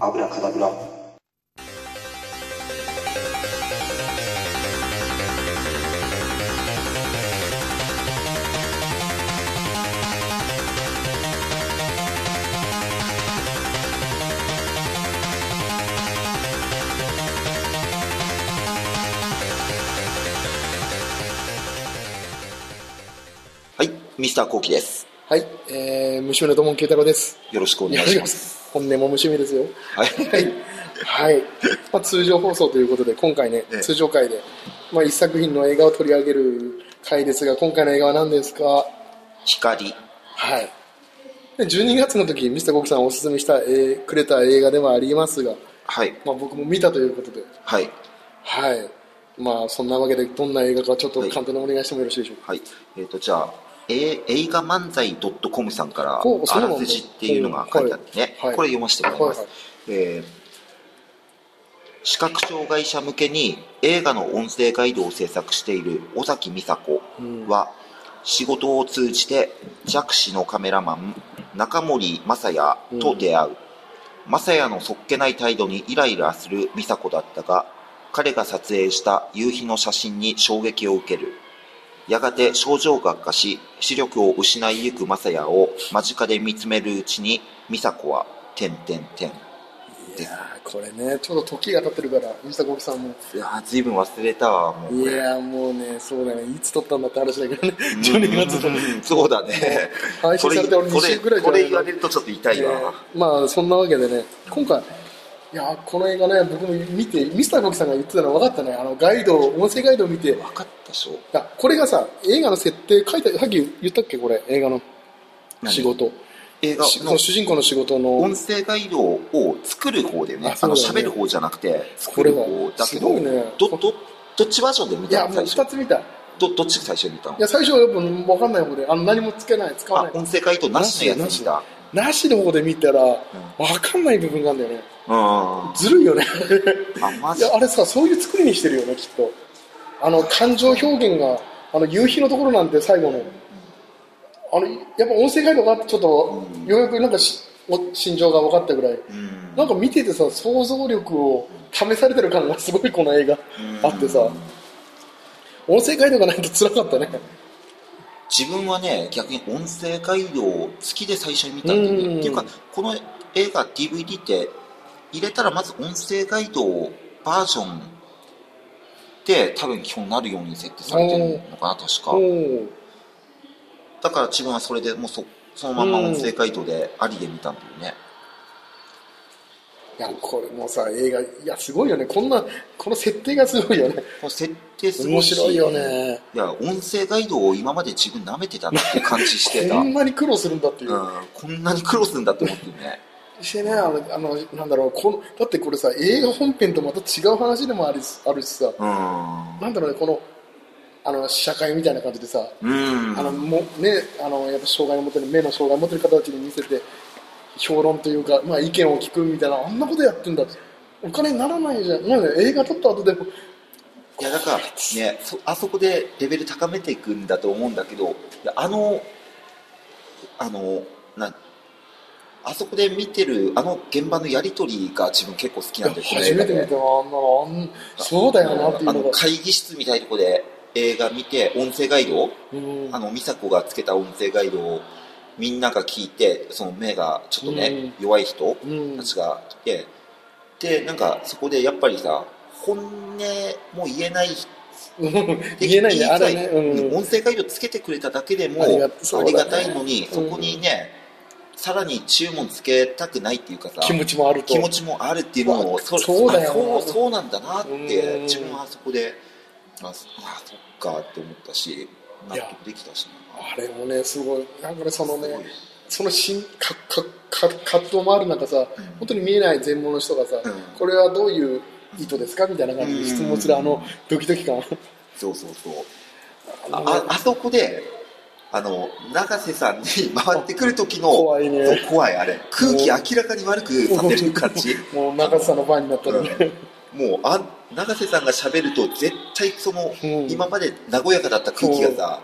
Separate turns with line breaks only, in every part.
アブラカダブラはいミスターコウキです
はい、えー、無趣味の土門慶太郎です。
よろしくお
よ
願い
ろし
し
くお願いし
ま
ますす。本音も無趣味ですよ。
はい
はい。はい。まあ、通常放送ということで、今回ね
ええ、
通常回で、まあ、一作品の映画を取り上げる回ですが、今回の映画は何ですかは
光
い。で12月の時、ミスターコキさんおすすめした、えーくれた映画ではありますが、
はい
まあ、僕も見たということで、
はい
はい。まあ、そんなわけで、どんな映画かちょっと簡単にお願いしてもよろしいでしょうか。
はいえっ、とじゃあ、え映画漫才 .com さんから
おそ
あ
うなんだ
らすじっていうのが書いてあってね、
はいはい
これ読ませてもらいます、
はいは
えー視覚障害者向けに映画の音声ガイドを制作している尾崎美佐子は、仕事を通じて弱視のカメラマン中森雅也と出会う、雅也のそっけない態度にイライラする美佐子だったが彼が撮影した夕日の写真に衝撃を受けるやがて症状が悪化し視力を失いゆく雅也を間近で見つめるうちに美佐子は「てんてんてん」
いやーこれね、ちょうど時が経ってるから、ミスターコキさんも。
いやー随分忘れたわもう
いやーもうね、そうだよね、いつ撮ったんだって話だけどね、
うん
12月の、
うんそうだ ね
配信されて俺
こ
2
れ
週ぐらいじ
こ
ゃな
れ
い
言われるとちょっと痛いわ、
えーまあそんなわけでね、今回、いやーこの映画ね、僕も見て、ミスターコキさんが言ってたの分かったね、あのガイド、音声ガイドを見て、
分かったでしょ
あこれがさ、映画の設定、書いてさっき言ったっけ、これ、映画の
何
仕事、
映画
しそ
の
の主人公の仕事の
音、声ガイドを作る方だよね
あ
あ
そう
の
だね
喋る方じゃなくて作る
これ
方
は
だけ
す
ど
ごいね
どどどっちバージョンで見
い
た
や、
の
もう
最
2
初
つ見た、い
どどっち最初に見たの
や最初はやっぱ分かんない方で、あの何もつけない、使わ
あ
ない、
音声ガイドなしのやつ見た
なしの方で見たら、分かんない部分があるんだよね、
うんあ
ずるいよね。
マ
い
ジ
やあれさそういう作りにしてるよねきっとあの感情表現があの夕日のところなんて最後のあのやっぱ音声ガイドがあってちょっと、ようやくなんかしお心情が分かったぐらい、
うん
なんか見ててさ想像力を試されてる感がすごいこの映画あってさ、音声ガイドがないと辛かったね
自分はね逆に音声ガイドを付きで最初に見たんだよね
うん
っていうかこの映画 DVD って入れたらまず音声ガイドをバージョンで多分基本なるように設定されてるのかな確か
おー
だから自分はそれでもうそそのまま音声ガイドでありで見たんだよね、
いやこれもうさ映画いやすごいよねこんなこの設定がすごいよね
この設定すごい
面
し
白いよね
いや音声ガイドを今まで自分舐めてたなって感じしてた
こんなに苦労するんだっていう、
うん、こんなに苦労するんだって思ってるね。
してねあのあのなんだろうこのだってこれさ映画本編とまた違う話でもありあるしさ
うん。
なんだろうねこのあの試写会みたいな感じでさ、
うん。
あのもねあのやっぱ障害を持ってる目の障害を持ってる方たちに見せて評論というか、まあ、意見を聞くみたいなあんなことやってんだお金にならないじゃんなんで映画撮った後でも
いや、だから、ね、そ、あそこでレベル高めていくんだと思うんだけど、いやあの、あの、な、あそこで見てる、あの現場のやりとりが自分結構好きなんだよ、この
初めて見
映画
た
で
なあんなのあんそうだよなっていう
あ
の
の
が、
会議室みたいなとこで映画見て、音声ガイドを、
うん
あの、美佐子がつけた音声ガイドをみんなが聞いて、その目がちょっとね、弱い人
うん
たちが来て、で、なんかそこでやっぱりさ、本音も言えない
言えないね
言
あ
づら
れ
い
ね、
うん
うん、
音声ガイドつけてくれただけでも
あ
あ
り
り
が
が
そうだね
たいのに、
うん
そこにね、さらに注文つけたくないっていうかさ、
気持ちもあると
気持ちもあるっていうのを、
わそうだよ
そうそうなんだなっ
う
て
ん、
自分はそこで、あ、そあそっかって思ったし、納得できたしね、
あれもねすごいなんかねその
すご
ね
い
そのしんかかか葛藤もある中さ、本当に見えない全盲の人がさ、
ん
これはどういう意図ですかみたいな感じで質問する
うん
あのドキドキ感
そうそうそう。
あ
あ
のね
ああそこで、あの、永瀬さんに回ってくる時の、
怖いね
そう怖いあれ、空気明らかに悪くさせる感じ。
もう中田さんのファンになったらね、
もうあ永瀬さんが喋ると絶対その、
うん
今まで和やかだった空気がさ、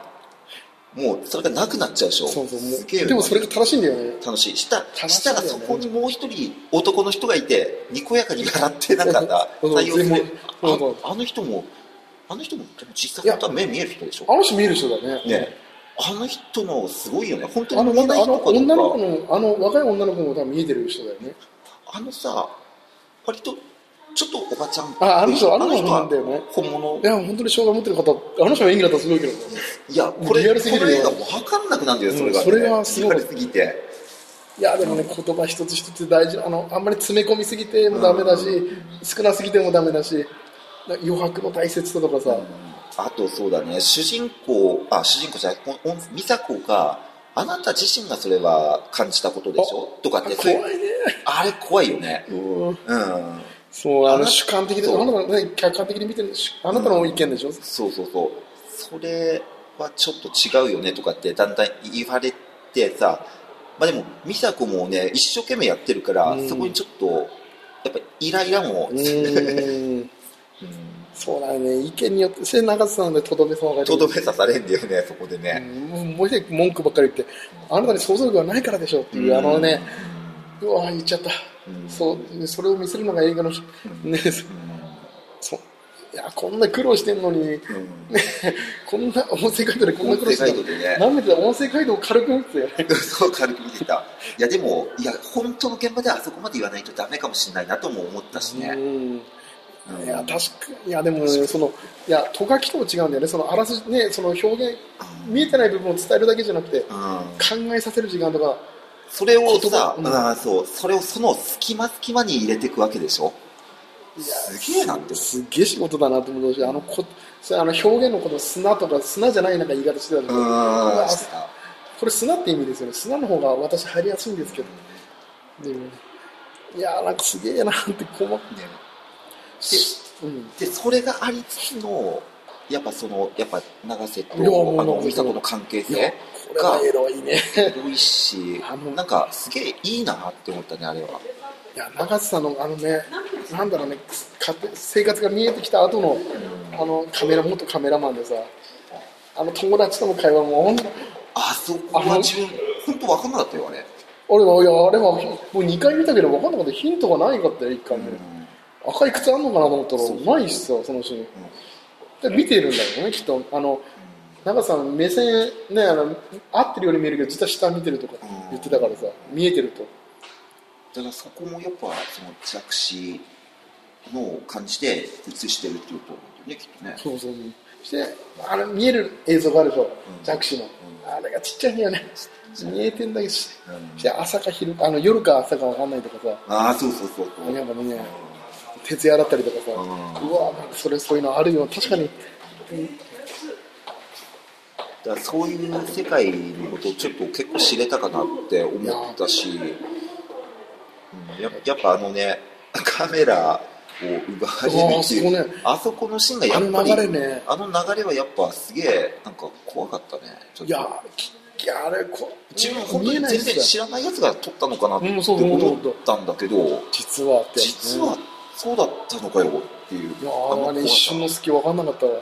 もうそれがなくなっちゃうでしょ
そうそうも
すげえ
うでもそれが正しいんだよね
楽しいした
楽しい
し
んだ
た
よ
ら
ね
そこにもう一人男の人がいてにこやかに笑ってなんか さ
うん
対応する
全部
あ
うん
あの人もあの人もでも実際本当は目見える人でし
あ
ょ
の人見える人だね
ねあの人もすごいよね本当
あ
に
の
見えない
あ
人
の
かどう
女の子
か
のあの若い女の子も多分見えてる人だよね
あのさ割とちょっとおばちゃん
ああの人あの
あの
人
人
なん
は
だよね
本物
いや本当に障害持ってる方あの人の演技だったらすごいけどね
いやこれ
リアルすぎるよ
この映画もう分かんなくなるんだよそれが、
うんそれはすご
リ
い
アルすぎて
いやでもね言葉一つ一つ大事あのあんまり詰め込みすぎてもダメだし少なすぎてもダメだしな余白の大切さとかさ
あとそうだね、主人公、あ、主人公じゃない、おお美佐子が、あなた自身がそれは感じたことでしょとかって、そういう
怖いね
あれ怖いよね。
うん
うん。
そうあ
あ
の
な
主観的で
そう
あなたがね客観的に見てるしあなたの意見でしょ
そうそうそう。それはちょっと違うよねとかってだんだん言われてさ、まあでも、美佐子もね、一生懸命やってるから、
うん
そこにちょっと、やっぱイライラも、
うーん
うん
そうだよね意見によってそれ長瀬さんでとどめさんがいる
とどめ刺されんだよね、そこでね。
うんもう一回文句ばっかり言ってあなたに想像力がないからでしょっていうあのねうわ言っちゃった
うん
そうそれを見せるのが映画のね
う
そういやこんな苦労してんのに
んうん
こんな音声ガイドでこんな苦労して
音声ガイドでね
たの舐めてた音声ガイドを軽く見てたよね
そう軽く見てたいやでもいや本当の現場ではあそこまで言わないとダメかもしれないなとも思ったしね、
うん
うん
いや確かいやでもそのいやとがきとも違うんだよねそのあらすじねその表現見えてない部分を伝えるだけじゃなくて考
うん
えさせる時間とか
それをさ、
言葉
あーそうそれをその隙間隙間に入れていくわけでしょ
いや
すげえなって
すげえ仕事だなと思うしあのこそれあの表現のこと砂とか砂じゃないなんか言い方してたじゃ
うんん
してこれ砂って意味ですよね砂の方が私入りやすいんですけどでもいやなんかすげえなって困っ
ね
うん
でそれがありつつのやっぱそのやっぱ永瀬と
いやもう
あの
もう
美佐子の関係
いや
性
これはエロいね
多いし
あの
なんかすげえいいなって思ったねあれはい
や永瀬さんのあのねなんだろうね家庭生活が見えてきた後のあのカメラ元カメラマンでさあの友達との会話もほんと
あそこは自分本当分かんなかったよあれ
俺はいやあれはもう2回見たけど分かんなかったヒントがないかったよ1回目、赤い靴あんのかなと思ったらないしさそのシーン、で見てるんだよねきっとあの長瀬さん目線ねあの合ってるように見えるけど実は下見てるとか言ってたからさ見えてると
だからそこもやっぱその弱視の感じで映してるっていうことなんだよねきっとね
そうそうしてあれ見える映像があるでしょ、弱視の、あれがちっちゃいんだよね見えてんだけどし,、
うん
て朝か昼かあの夜か朝か分かんないとかさ
ああそうそうそうそう
やっぱね徹夜だったりとかさ、う
うん
わなんかそれそういうのあるよ確かに
だからそういう世界のことをちょっと結構知れたかなって思ったし、うん、ややっぱあのねカメラを奪われるっていう
あーあ
あそ
そこね
このシーンがやっぱり
あの流れね
あの流れはやっぱすげえなんか怖かったねちょっと
いやきいやあれこ
自分本当に全然知らないやつが撮ったのかなって
うんそうそう
思ったんだけど、
実はってやつね
実はそうだったのかよっていう
いやーあれね一瞬の
うん
隙分かんなかったわ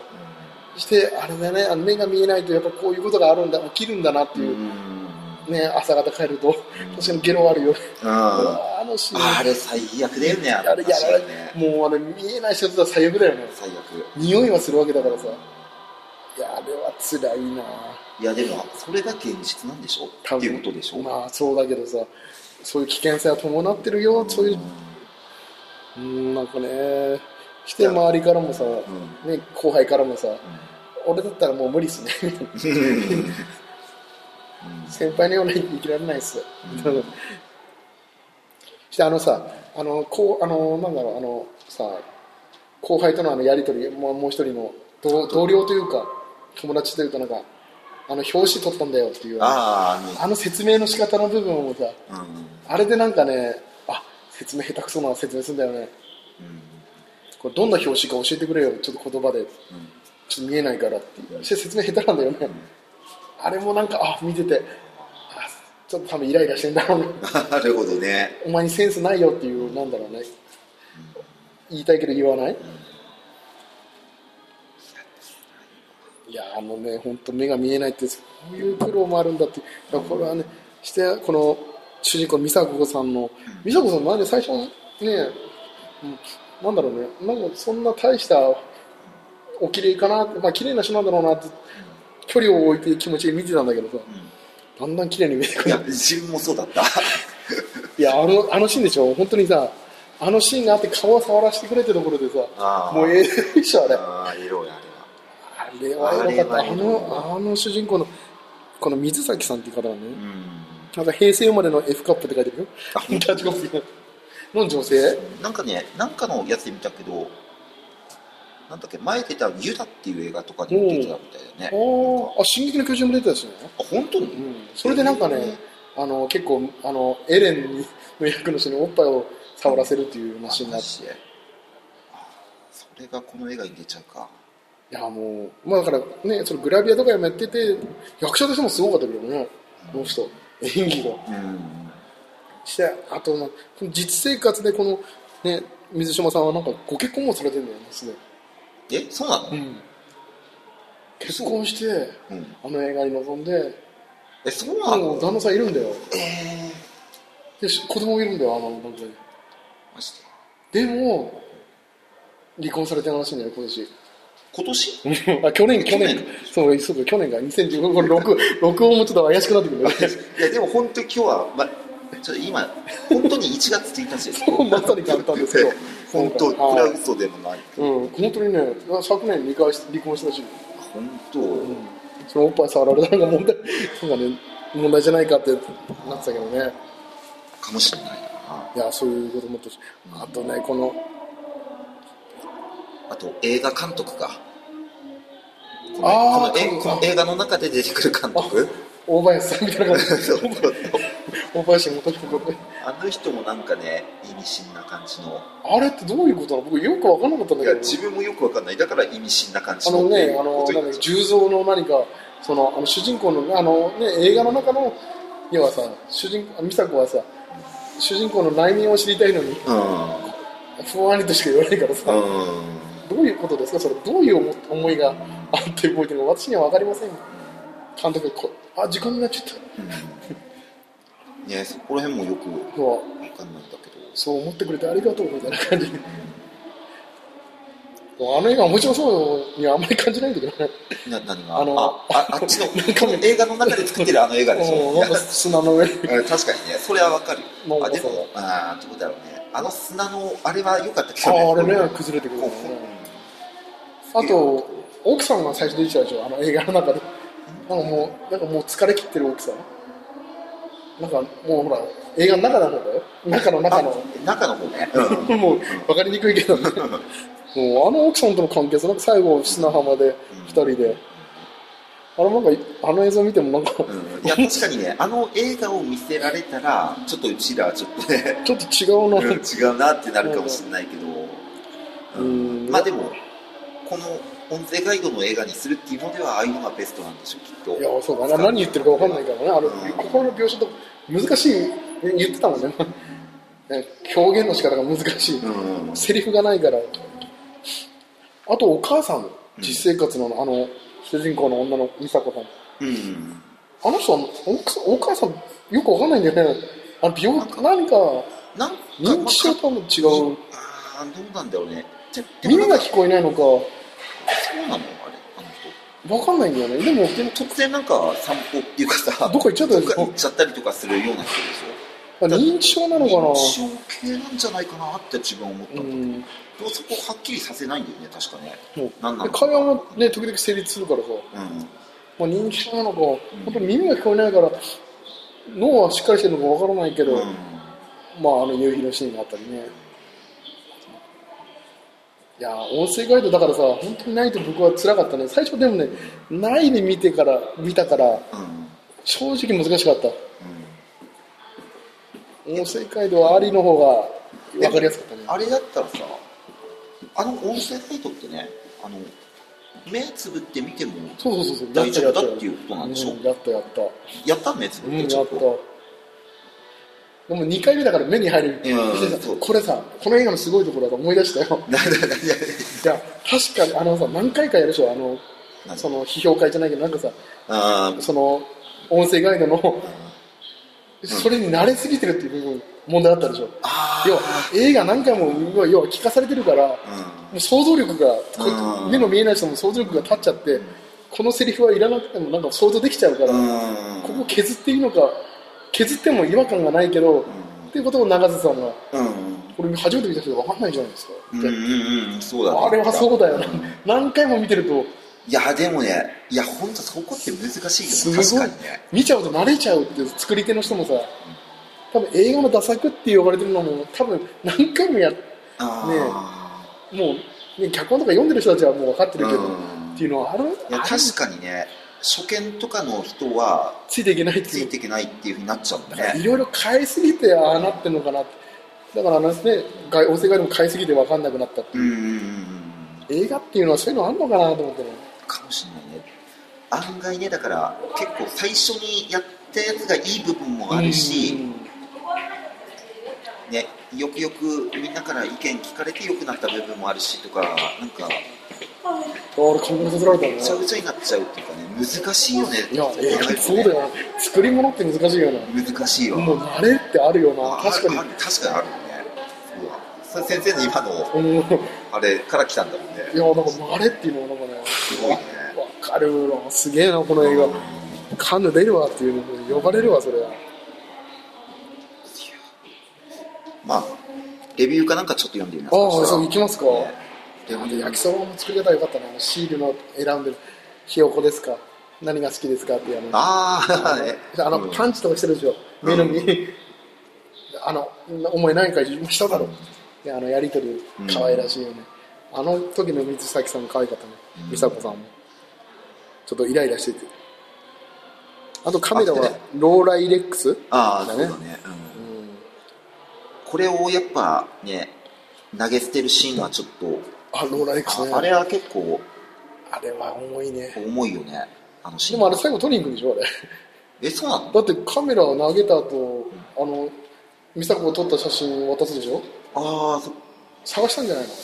してあれだねあの目が見えないとやっぱこういうことがあるんだ起きるんだなっていう、ね朝方帰ると確かにゲロあるよ、う
あ
わーあのシーン
あれ最悪だよねあ
あれやられ
確かにね
もうあれ見えない人だったら最悪だよね
最悪
匂いはするわけだからさいやあれは辛いない
やでもそれが現実なんでしょ
多
って
分
いうことでしょ、
まあそうだけどさそういう危険性は伴ってるよそういううんなんかねして周りからもさ、
ん
ね、後輩からもさ、俺だったらもう無理っすね先輩のように生きられないっす、してあのさあのこうあのなんだろうあのさ後輩とのあのやり取りもうもう一人の同同僚というか友達というかなんかあの表紙取ったんだよっていうあ
ああ
の説明の仕方の部分もさ
あの、うん
あれでなんかねあ説明下手くそな説明するんだよね
う
これどんな表紙か教えてくれよちょっと言葉で
んうん、
ちょっと見えないからってそして説明下手なんだよね、あれもなんかあ見ててあちょっと多分イライラしてんだろうな
なるほどね
お前にセンスないよっていうなんだろうね言いたいけど言わないいやあのね本当目が見えないってそういう苦労もあるんだっていやこれはねしてこの主人公美佐子さんの美佐子さんなんで最初ね、うん、なんだろうねなんかそんな大したお綺麗かなまあ綺麗な人なんだろうなって距離を置いて気持ちで見てたんだけどさ、だんだん綺麗に見えてく
いや
る
自分もそうだった
いやあのあのシーンでしょ本当にさあのシーンがあって顔を触らせてくれってところで
あ
さ
ー
もうええでしょあれ
ああ色やあれは
あれは良かっ
あ
た
れ
あ
は
のあの主人公のこの水崎さんっていう方はね、
うん
なんか平成生まれの F カップって書いてるよ。キャッチコピーの女性
なんかねなんかのやつで見たけどなんだっけ前出た「ユダ」っていう映画とかにも出てたみたいだねなんか
ああ、進撃の巨人も出てたしね。
あ本当に、
うん。それでなんかね、あの、結構、あの、エレンにの役の人におっぱいを触らせるっていうマシンがあって。
話それがこの映画に出ちゃうか
いや、もう、まあだからね、そのグラビアとかもやってて、役者としてもすごかったけどね、この人、演技が。
うん
して、あと、まあこの実生活でこの、ね、水島さんはなんかご結婚もされてるんだよね、すでに。
えそうなの、
うん。結婚して、
うん
あの映画に臨んで、
えそうな
あ
の、
の旦那さんいるんだよ
えー
でし子供いるんだよあの本当に
マジで
でも離婚されてるらしいん だよ今年
今年
あ去年去
去年
年そうそうか去年が2015これ録録音もちょっと怪しくなってくるね
いやでも本当に今日は、ま、ちょっと今本当に1月1日です
そうまさに簡単ですよ
本当これは嘘でもない
うん本当にね昨年離婚し離婚したらしいよ
本当、
そのおっぱい触られたのが問題なんかね問題じゃないかってなってたけどね
かもしれないない
やそういうこともあったしあとねこの
あと映画監督かこ
あー
のこのえこ
監督
の映画の中で出てくる監督
大林さんみたいな感 じ
そうそうそう
大林元彦君
あの人もなんかね意味深な感じの
あれってどういうことなの僕よく分からなかったんだ
い
け
や
ど
自分もよくわかんないだから意味深な感じ
あの
って
ね
い、う
あの
こと
な
言
んだ
っ
っけ
ちゃう
重蔵の何か、そのあの主人公のあの、ね、映画の中の、要はさ、主人公あ美佐子はさ、主人公の内面を知りたいのに、ふわりとしか言わないから
う
さ、
んうん
どういうことですか、それ、どういう思思いがあって動いてるのか、私には分かりませんよ監督こ、あ時間になっちゃった
ねそこら辺もよくわ
そう、
かんないんだけど
そう思ってくれてありがとうみたいな感じで。もうあの映画面白そうにはあんまり感じないんだけどね。
な何が
あ
あ
の
ああっ ちの
なんかね
映画の中で作ってるあの映画でし
も
ょ
うなんか砂の上に。
いやうん確かにねそれはわかる
もう
よあでも
も
あーどうだろうねあの砂のあれは良かったけ
あ
どね
あ、あれね、崩れてくる
こ
よ
う
ね。あと、奥さんが最初出てきたでしょ、あの映画の中で。なんかもう、なんかもう疲れ切ってる奥さん。なんかもうほら、映画の中の方だよ。中の中
あ
の。
中の方ね
もう、わかりにくいけどね。もう、あの奥さんとの関係さ、なんか最後、砂浜で、二人で。あれなんか、あの映像見てもなんか、
うんうんいや確かにねあの映画を見せられたらちょっとうちらはちょっとね
ちょっと違う
うん
な。
違うなってなるかもしれないけど
うん
まあでもこの音声ガイドの映画にするっていうのではああいうのがベストなんでしょうきっと
いや、そうだな。何言ってるかわかんないからね。あの、心の描写とか難しい、言ってたもんね。 ね表現の仕方が難しい。
うん
セリフがないからあとお母さん実生活のあの主人公の女の美佐子さん
うん
あの人は奥さんお母さんよくわかんないんだよねあの美容何か
なんか
認知症とも違う
ああどうなんだろうねででも
耳
なん
が
か
聞こえないのか
そうなのあれあの人
わかんないんだよねでも
でも突然なんか散歩っていうかさ
どっか行っちゃったよ
どっか行っちゃったりとかするような人でしょ
認知症なのか
認知症系なんじゃないかなって自分は思った
なう
の、で
んで
もそこはっきりさせないんだよね確かね
そう
なんなの
会話もね時々成立するからさ、
うん
まあ、認知症なのか本当に耳が聞こえないから脳はしっかりしてるのかわからないけど、
うん
まあ、あの夕日のシーンがあったりね。いやー、音声ガイドだからさ、本当にないと僕は辛かったね。最初でもね、ないで見てから、見たから、
うん
正直難しかった。音声ガイドはありの方が分かりやすかったね。
あれだったらさあの音声サイトってねあの目つぶって見ても
そうそうそうそう、
大丈夫だ
や
っ
った
ていうことなんでしょ
うんやったやった。
やった目つぶ
う
っ
ん、や
て
っ
ち
た。
ょっと
でも2回目だから目に入る。
うん
でさ
そう
これさ、この映画のす ごいところだと思い出したよ。
ななない
や確かにあのさ何回かやるでしょあの
何
その批評会じゃないけどなんかさ
あ
その音声ガイドのそれに慣れすぎてるっていう部分問題あったでしょ
あ
要は映画何回もうわ要は聞かされてるからもう想像力がこ
うん
目の見えない人も想像力が立っちゃってこのセリフはいらなくてもなんか想像できちゃうから
うん
ここ削っていいのか削っても違和感がないけどっていうことを永瀬さんが
うん
これ初めて見た人分かんないじゃないですか
う
っ
ん
て
うんうんそうだね
あれはそうだよな何回も見てると
いやでもねいや本当そこって難し
す
いよ
ご
ね
い
確かにね
見ちゃうと慣れちゃうっていう作り手の人もさ多分映画のダ作って呼ばれてるのも多分何回もやも
あ
う、ね、脚本とか読んでる人たちはもう分かって
ー
るけど、
うん
っていうのはある
いや確かにね初見とかの人は
ついていけないって
つ
い
いうていけないっていうふうになっちゃうんだ
だからい
ね
ろいろ変えすぎてああなってんのかなってだからあのね外音声ガイドも変えすぎて分かんなくなったっ
う
てい
ん
う、
うんうんうん
映画っていうのはそういうのあんのかなと思ってね
かもしれないね案外ねだから結構最初にやったやつがいい部分もあるし、
うん
ね、よくよくみんなから意見聞かれて良くなった部分もあるしとかなんか
あ俺考えさせられたね
ぐちゃぐちゃになっちゃうっていうかね難しいよね
いや映
考える
画
と
そうだよな作り物って難しいよな
難しいわ
もう慣れってあるよな
あ
確
あ
か
る確かにあるよねそうだそれ先生の今の
にうんいや
あれから来たんだもんね
なんか慣れっていうのはなんかね
すごいね
わかるわすげえなこの映画カンヌ出るわっていうの呼ばれるわそれは
まあレビューかなんかちょっと読んでみます
ああそう行きますか
レビ
あと
ュー
焼きそばも作り方よかったなあのシールの選んでるひよこですか何が好きですかっていうあの
ああ、ね、
あの
うん
パンチとかしてるでしょ目の見えあのお前何回しただろであのやりとり
うん
可愛らしいよね、あの時の水崎さんも可愛かったね
うん
美佐子さんもちょっとイライラしててあとカメラ
あ
は
ね
ローライレックス
ああ
だ
そう
ね
だね、うんこれをやっぱね投げ捨てるシーンはちょっと
あローライレックスね
ああれは結構
あれは重いね
重いよねあのシー
で
ン
もあれ最後取りに行くんでしょあれ
えそうなの
だってカメラを投げた後あの美佐子が撮った写真を渡すでしょ
ああそ
探したんじゃないのあれ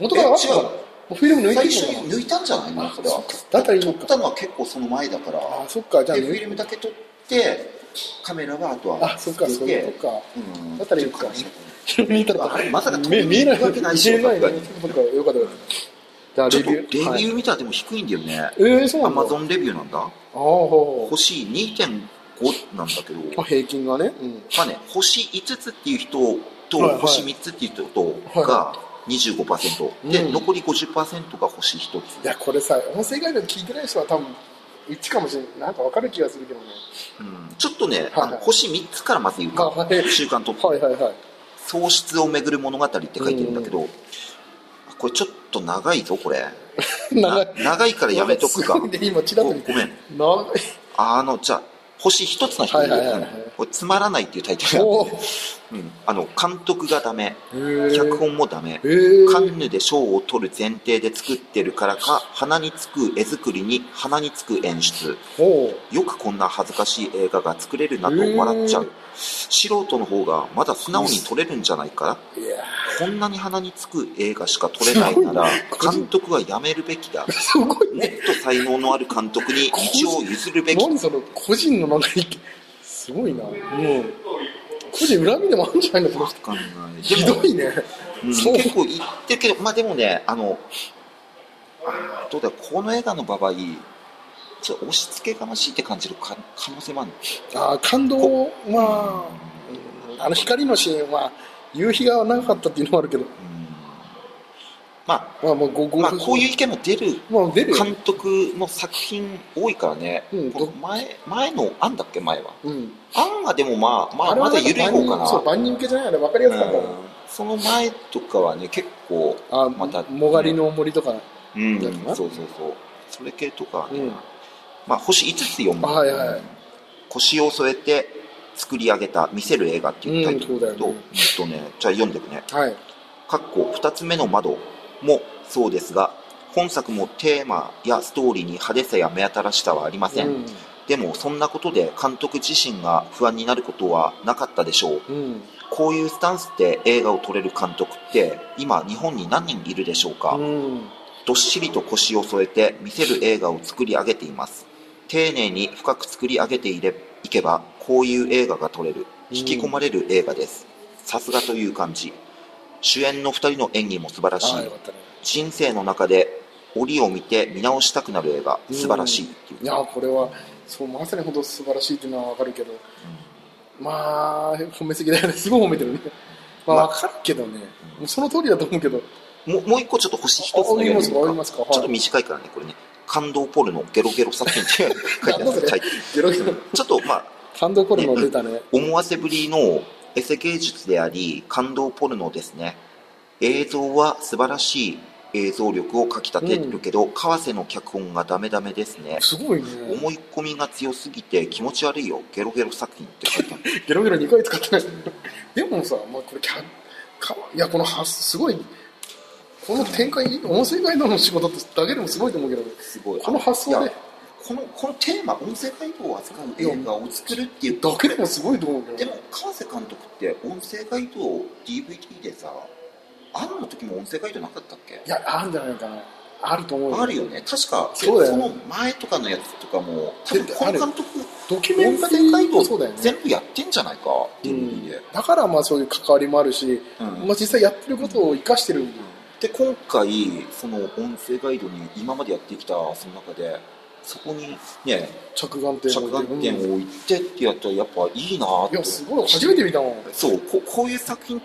元からあったか
え違
な
う
もうフィルム抜い
最
て
初
るのかな
に抜いたんじゃないのそれは
そっかだったらいい
撮
の
った
か
のは結構その前だから
あそっかじゃあ
でフ
抜
ィ
い
ルムだけ撮ってカメラはあとは
あそっかそういうことか
うん
だったらいいのか
ってう感じだったね
フィルム見たら
あれまさか
見 見えない
わけないでしょ
見えな
さ
い
すが
ね
に
そっかよかったよかった
ちょ
じ
っ
ゃ
と
あ
レ
レ
ビ
ビューはい
ュー見たらでも低いんだよね
えーそう
ア
なんだ
マゾンレビューなんだ
ああほうほ
星2.5なんだけど
うあ平均がねうん
まあね、星5つっていう人と、
はいはい
星3つっていう人とが25%、
うん
で、残り50%が星1つ。
いやこれさ音声ガイド聞いてない人は多分1かもしれないなんかわかる気がす るけどね
うんちょっとね、
いはい
あの星3つからまず言うか、
あはい
週刊トップ、
はいはいはい
喪失をめぐる物語って書いてるんだけど、これちょっと長いぞ、これ。
長
ない長いからやめとく か。
すごいね今ちらっ
ご
と
ご
見て
めん。
長い
あの、じゃあ、星1つの人いる
はいはいはいはい
うんこれつまらないっていうタイトル
お
なんでうん、あの、監督がダメ、
ー
脚本もダメ、
へー
カンヌで賞を取る前提で作ってるからか、鼻につく絵作りに鼻につく演出。
ほう
よくこんな恥ずかしい映画が作れるなと笑っちゃ
へ
う。素人の方がまだ素直に撮れるんじゃないか
いや
こんなに鼻につく映画しか撮れないなら、
すごい
監督はやめるべきだ。
すごい
もっ
ね
と才能のある監督に一応譲るべき。
何その個人のなんか意見すごいなもう個人恨みでもあるんじゃないのこの
わ
人
かんない。でも
ひどいね
うん
そう
結構言ってるけど、まあでもね、あの、あーどうだろうこの映画の場合、ちょっと押し付けがましいって感じるか可能性もある
ああ感動まああの光のシーンは夕日が長かったっていうのもあるけ
う
ど
んま
まあもうご
あ、
ご
まあ、こういう意見も出る
まあ出るよ
監督の作品多いからね、
うん
この前前の「アン」だっけ前は
うん
「アン」はでもまあまあ
れは
まだ
なんか
緩い方か
万人そ
な
う万人受けじゃないあれ分かりやすかった
う
もん
んその前とかはね結構
あ
また
もがりの森とか、
うん
やつな
そうそうそうそれ系とか、
う
ね
ん、
まあ星5つ4番
はいはい
腰を添えて作り上げた見せる映画っていうタイトルだけど、
う
うんんとね、じゃあ読んでくね。
はい
かっこ2つ目の窓もそうですが、本作もテーマやストーリーに派手さや目新しさはありません。
うん
でも、そんなことで監督自身が不安になることはなかったでしょう。
うん
こういうスタンスで映画を撮れる監督って、今、日本に何人いるでしょうか、
うん
どっしりと腰を添えて見せる映画を作り上げています丁寧に深く作り上げていれいけばこういう映画が撮れる
うん
引き込まれる映画ですさすがという感じ主演の2人の演技も素晴らしい
ああよかったね
人生の中で折を見て見直したくなる映画素晴らしいっていう
いやこれはそうまさに本当素晴らしいっていうのはわかるけど、まあ褒めすぎだよね すごい褒めてるねまあわかるけどね、もうその通りだと思うけど
もうもう一個ちょっと星一つ
あ
の
あり
や
ま
つ
す
と
かあり
か
ますかはい
ちょっと短いからねこれね感動ポルノゲロゲロ作品っていう書いてあるんです
な
は
ん
い
だゲロゲロ
ちょっとまあ
感動コルノ出たね
思わせぶりのエセ芸術であり感動ポルノですね映像は素晴らしい映像力をかきたてるけど、河瀬の脚本がダメダメですね
すごいね
思い込みが強すぎて気持ち悪いよゲロゲロ作品って書いてある
ゲロゲロ2回使ってないでもさ、まあ、これキャかいやこの発すごいこの展開音声ガイドの仕事ってだけでもすごいと思うけど
すごい
この発想
い
で
やこのこのテーマ音声ガイドを扱う映画を作るっていう
だけでもすごいと思うけ
で
ど
も川瀬監督って音声ガイドを DVD でさあんの時も音声ガイドなかったっけ
いやあるんじゃないかなあると思うよ
あるよね確か
そうだよね
の前とかのやつとかも多分
絶
こ
対
の
ある
監督
ドキュメン
音
タ
楽
リ
展開
ー
と
もそうだよね
全部やってんじゃないか DVD で、
だからまあそういう関わりもあるし、
うん
まあ、実際やってることを生かしてる、
で今回その音声ガイドに今までやってきたその中でそこにね
着眼点
着眼点
うんい
を置いてってやったらやっぱいいなって
やすごい初めて見たもん、
そうここういう作品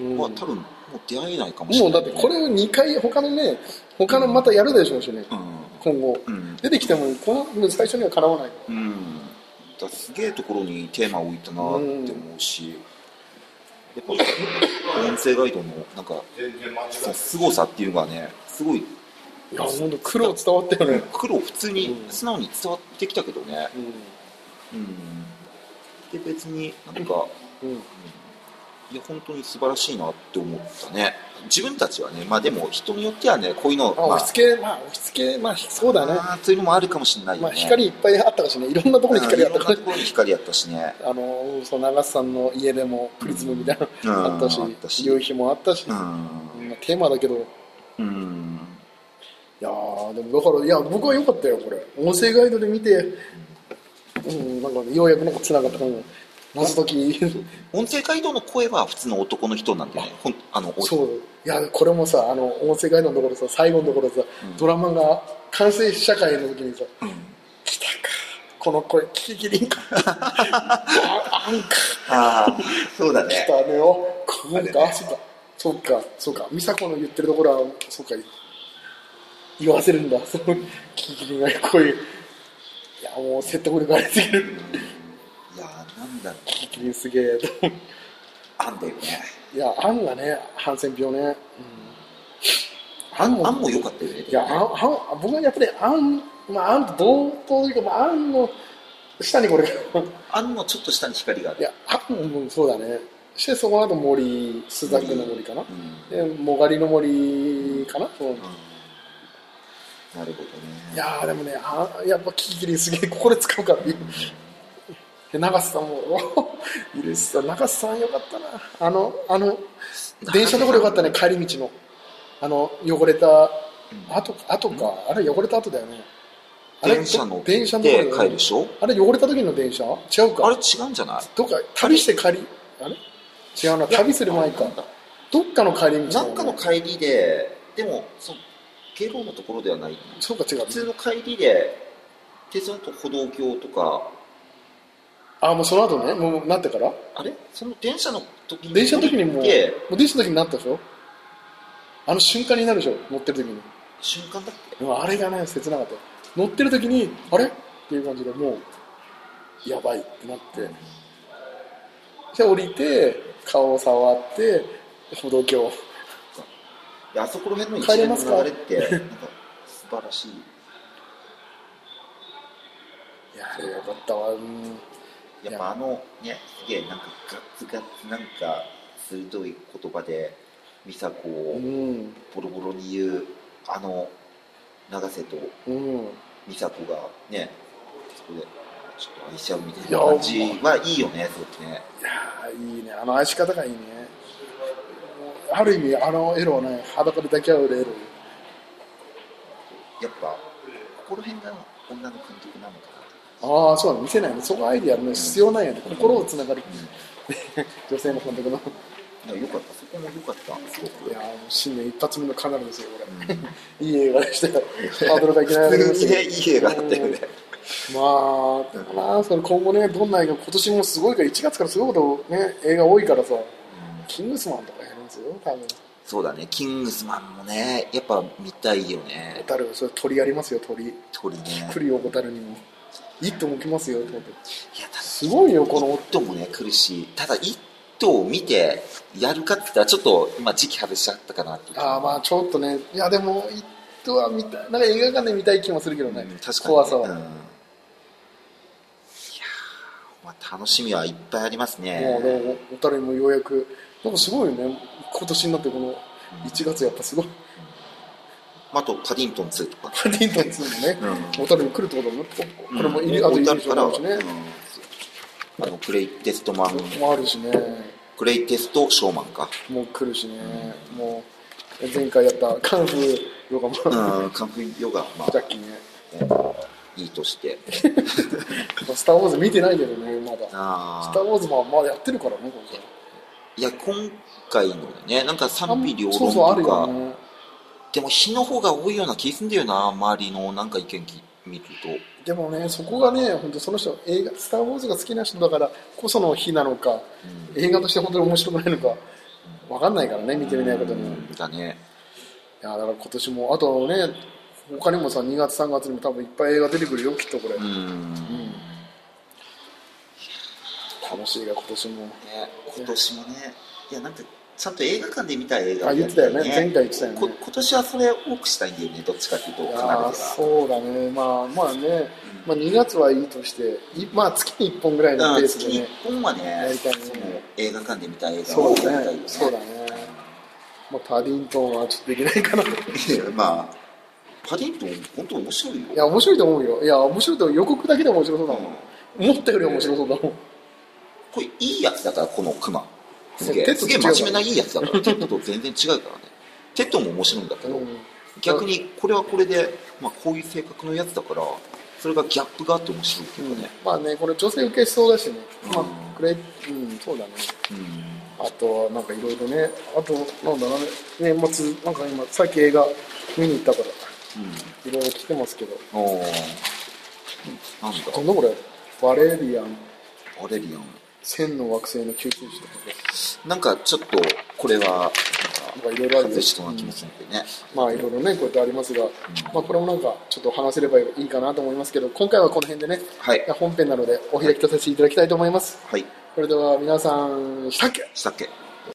うん
は多分もう出会えないかもし
も
れ
う
な
だ
い、
ってこれを2回他のね他のまたやるでしょうしね、
う
今後
ん、うん、
出てきてもこのもう最初にはかなわない
うん、だすげえところにテーマを置いたなって思うし、やっぱ音声ガイドのなんかその凄さっていうのがねすごい
いや本当苦労伝わったよね、
苦労普通に
うん
素直に伝わってきたけどね、うん、で別になんか、
うんうん、
いや本当に素晴らしいなって思ったね自分たちはねまあでも人によってはねこういうの
あ
まあ
押し付けまあ押し付けまあそうだね
あーそういうのもあるかもしれないよね、
まあ光いっぱいあったかしねいろんなところに光あった
うんいろん
か
な
ら
ところに光やったしね
あのそう長瀬さんの家でもプリズムみたいな
うん
のあったし
あったし
夕日もあったし、
うん
まあテーマだけどい
うん
やーでもだからいや僕は良かったよこれ音声ガイドで見てうんなんかねようやくなんか繋がったかも謎解き
音声ガイドの声は普通の男の人なんでね、ほんあの、お
そういやこれもさあの音声ガイドのところさ最後のところさ、
ん
ドラマが完成社会の時にさ
うん
「来たかこの声聞ききり んかああんか
ああ、そうだ
来
ね。
たねよこ
あ
ん
れ
か、
ね
そっかそうかそうか美佐子の言ってるところはそうか言わせるんだ その聞ききりんが声いやもう説得力ありすぎる
いやー、なんだろう、
聞ききりんすげえと
あんだよね。
いやあんがねハンセン病ね、
あん、あんも良かったよね。
いや、あん、あん、僕はやっぱり、あん、まあ、あんと同等というか、まあ、あんの。下にこれ。 い
あんのちょっと下に光がある。
や、あん、うん、そうだね。そして、そこの後、森、スザクの森かな
う。ん。うん
で、もがりの森かな。うん
なるほどね。
いやー、でもね、あん、やっぱ、キキキリンすげえ、ここで使うから。で、長瀬さんも、 うれしさ、長瀬さんよかったな。あの、あの、電車のところよかったね、帰り道の。あの、汚れた後、後か、あれ汚れた後だよね。あれ
電車乗っ
電
て
車のところだよね
帰るでしょ
あれ汚れた時の電車違うか
あれ違うんじゃない
どっか旅して帰りあれ違うな旅する前かどっかの帰り道だ
な
よね
んかの帰りで、でも、そう、ゲロのところではない。
そうか違
普通
う
の帰りで、鉄道と歩道橋とか、
あもうその後ねもうなってから
あれその電車の時
電車の時にもう
降りて
もう電車の時になったでしょあの瞬間になるでしょ乗ってる時に
瞬間だっけ
でもあれがね切なかった乗ってる時にあれっていう感じでもうやばいってなってじゃあ降りて顔を触って歩道橋
いやあそこら辺の一
帰れ
連
ますか
の流れってなんか素晴らしい
いやあれよかったわうん
やっぱあのねすげえなんかガッツガッツなんか鋭い言葉で美佐子
う
を
ん
ボロボロに言うあの永瀬と
うん
美佐子がねそこでちょっと愛し合うみたいな感じはいいよねすごくね
いやーいいねあの愛し方がいいねある意味あのエロはね裸で抱き合うエロ
やっぱここら辺が女の監督なのかな
ああそうなの見せないのそこアイディアの必要なんやで、心をつながる
うん
女性の監督の
だからよかったそこもよかったすご
い
く
やーもう新年一発目のカナルですよこれ、いい映画でしたよハードルがいきなり上がり ま
普通
し
にね
たけ
いい映画だったよね
どまあだからその今後ねどんな映画今年もすごいから1月からすごいことね映画多いからさキングスマンとかやりますよ多分
そうだねキングスマンもねやっぱ見たいよね
小樽それ鳥やりますよ鳥
鳥ね
来るよ小樽にも一頭も来ますよっ
い
て
やただ
すごいよこの
一頭もね来るしただ一頭を見てやるかって言ったらちょっと今時期外しちゃったかなっていう
ああまあちょっとねいやでも一頭は見たいなんか映画館で見たい気もするけどね、
うん確かにね
怖さ
うんい
は、
やーまあ楽しみはいっぱいありますね
もうでも小樽にもようやくなんかすごいよね今年になってこの1月やっぱすごい
まああとパディントン2とか
パディントン2もね、
う
小樽に来るってことになってこれも入れ、
うん
あと入
置い
れる
てあるから
しね、
うんあのグレイテストマン
もあるしね
グレイテストショーマンか
もう来るしね、もう前回やったカンフーヨガも、
うんカンフーヨガま
ジャッキーね
あいいとして
スター・ウォーズ見てないけどね、まだ。
あ
スター・
ー
ウォーズもまあやってるからね、これ。
いや今回のねなんか賛否両
そうそう、あ
論
る
と
よ
か
ね。
でも日の方が多いような気すんだよな周りのなんか意見き見ると
でもね、そこがね、本当その人、映画、スター・ウォーズが好きな人だからこその日なのか、映画として本当に面白くないのか、わかんないからね、見てみないことに。い
だね
や、だから今年も、あとね、他にもさ、2月、3月にも多分いっぱい映画出てくるよ、きっとこれ。
うん、ね
楽しいが今年も。
今年もねいやなんかちゃんと映画館で見た映画
あ、言ってたよね、前回言ってたよ
こ
ね。
今年はそれ多くしたいんだよねどっちかっていうと
い
必ず
やーそうだね、まあまあね、まあ、2月はいいとして、いまあ月に1本ぐらいの
う
ペ
ん、
ース
月
で
に
ね、
1本はね
やりたいね
その映画館で見た映画
そ
を
う
やりたい
だ
よ
ね、そうだね。まあ、パディントンはちょっとできないかな。い
いやまあパディントン本当面白いよ
や、面白いと思うよ。いや、面白いと思う予告だけで面白そうだもん。思ったより面白そうだもん。
これいいやつだからこのクマすげ
テ
え
ッ
す
ドと
げ
違
え
うから
真面目ないいやつだからテッドと全然違うからねテッドも面白いんだけど、
うん
逆にこれはこれで、まあ、こういう性格のやつだからそれがギャップがあって面白いっていうかね、
まあね、これ女性受けしそうだしね。ま
うん
あ、これ、うん、そうだね。
うん
あとはなんかいろいろね、あと、なんだろうね、年末、なんか今、さっき映画見に行ったから、いろいろ来てますけど、
うん、おーなんだ
今度これ、バレリアン、
バレリアン
千の惑星の救急士とかね、
なんかちょっとこれはな
なんか
ん
い
か
ろいろあるよ
外しそうな気もするんでね、
まあいろいろね、こうやってありますが、まあこれもなんかちょっと話せればいいかなと思いますけど、今回はこの辺でね、
はい
本編なのでお開きとさせていただきたいと思います。
はい
それでは皆さん、したっけ
したっけ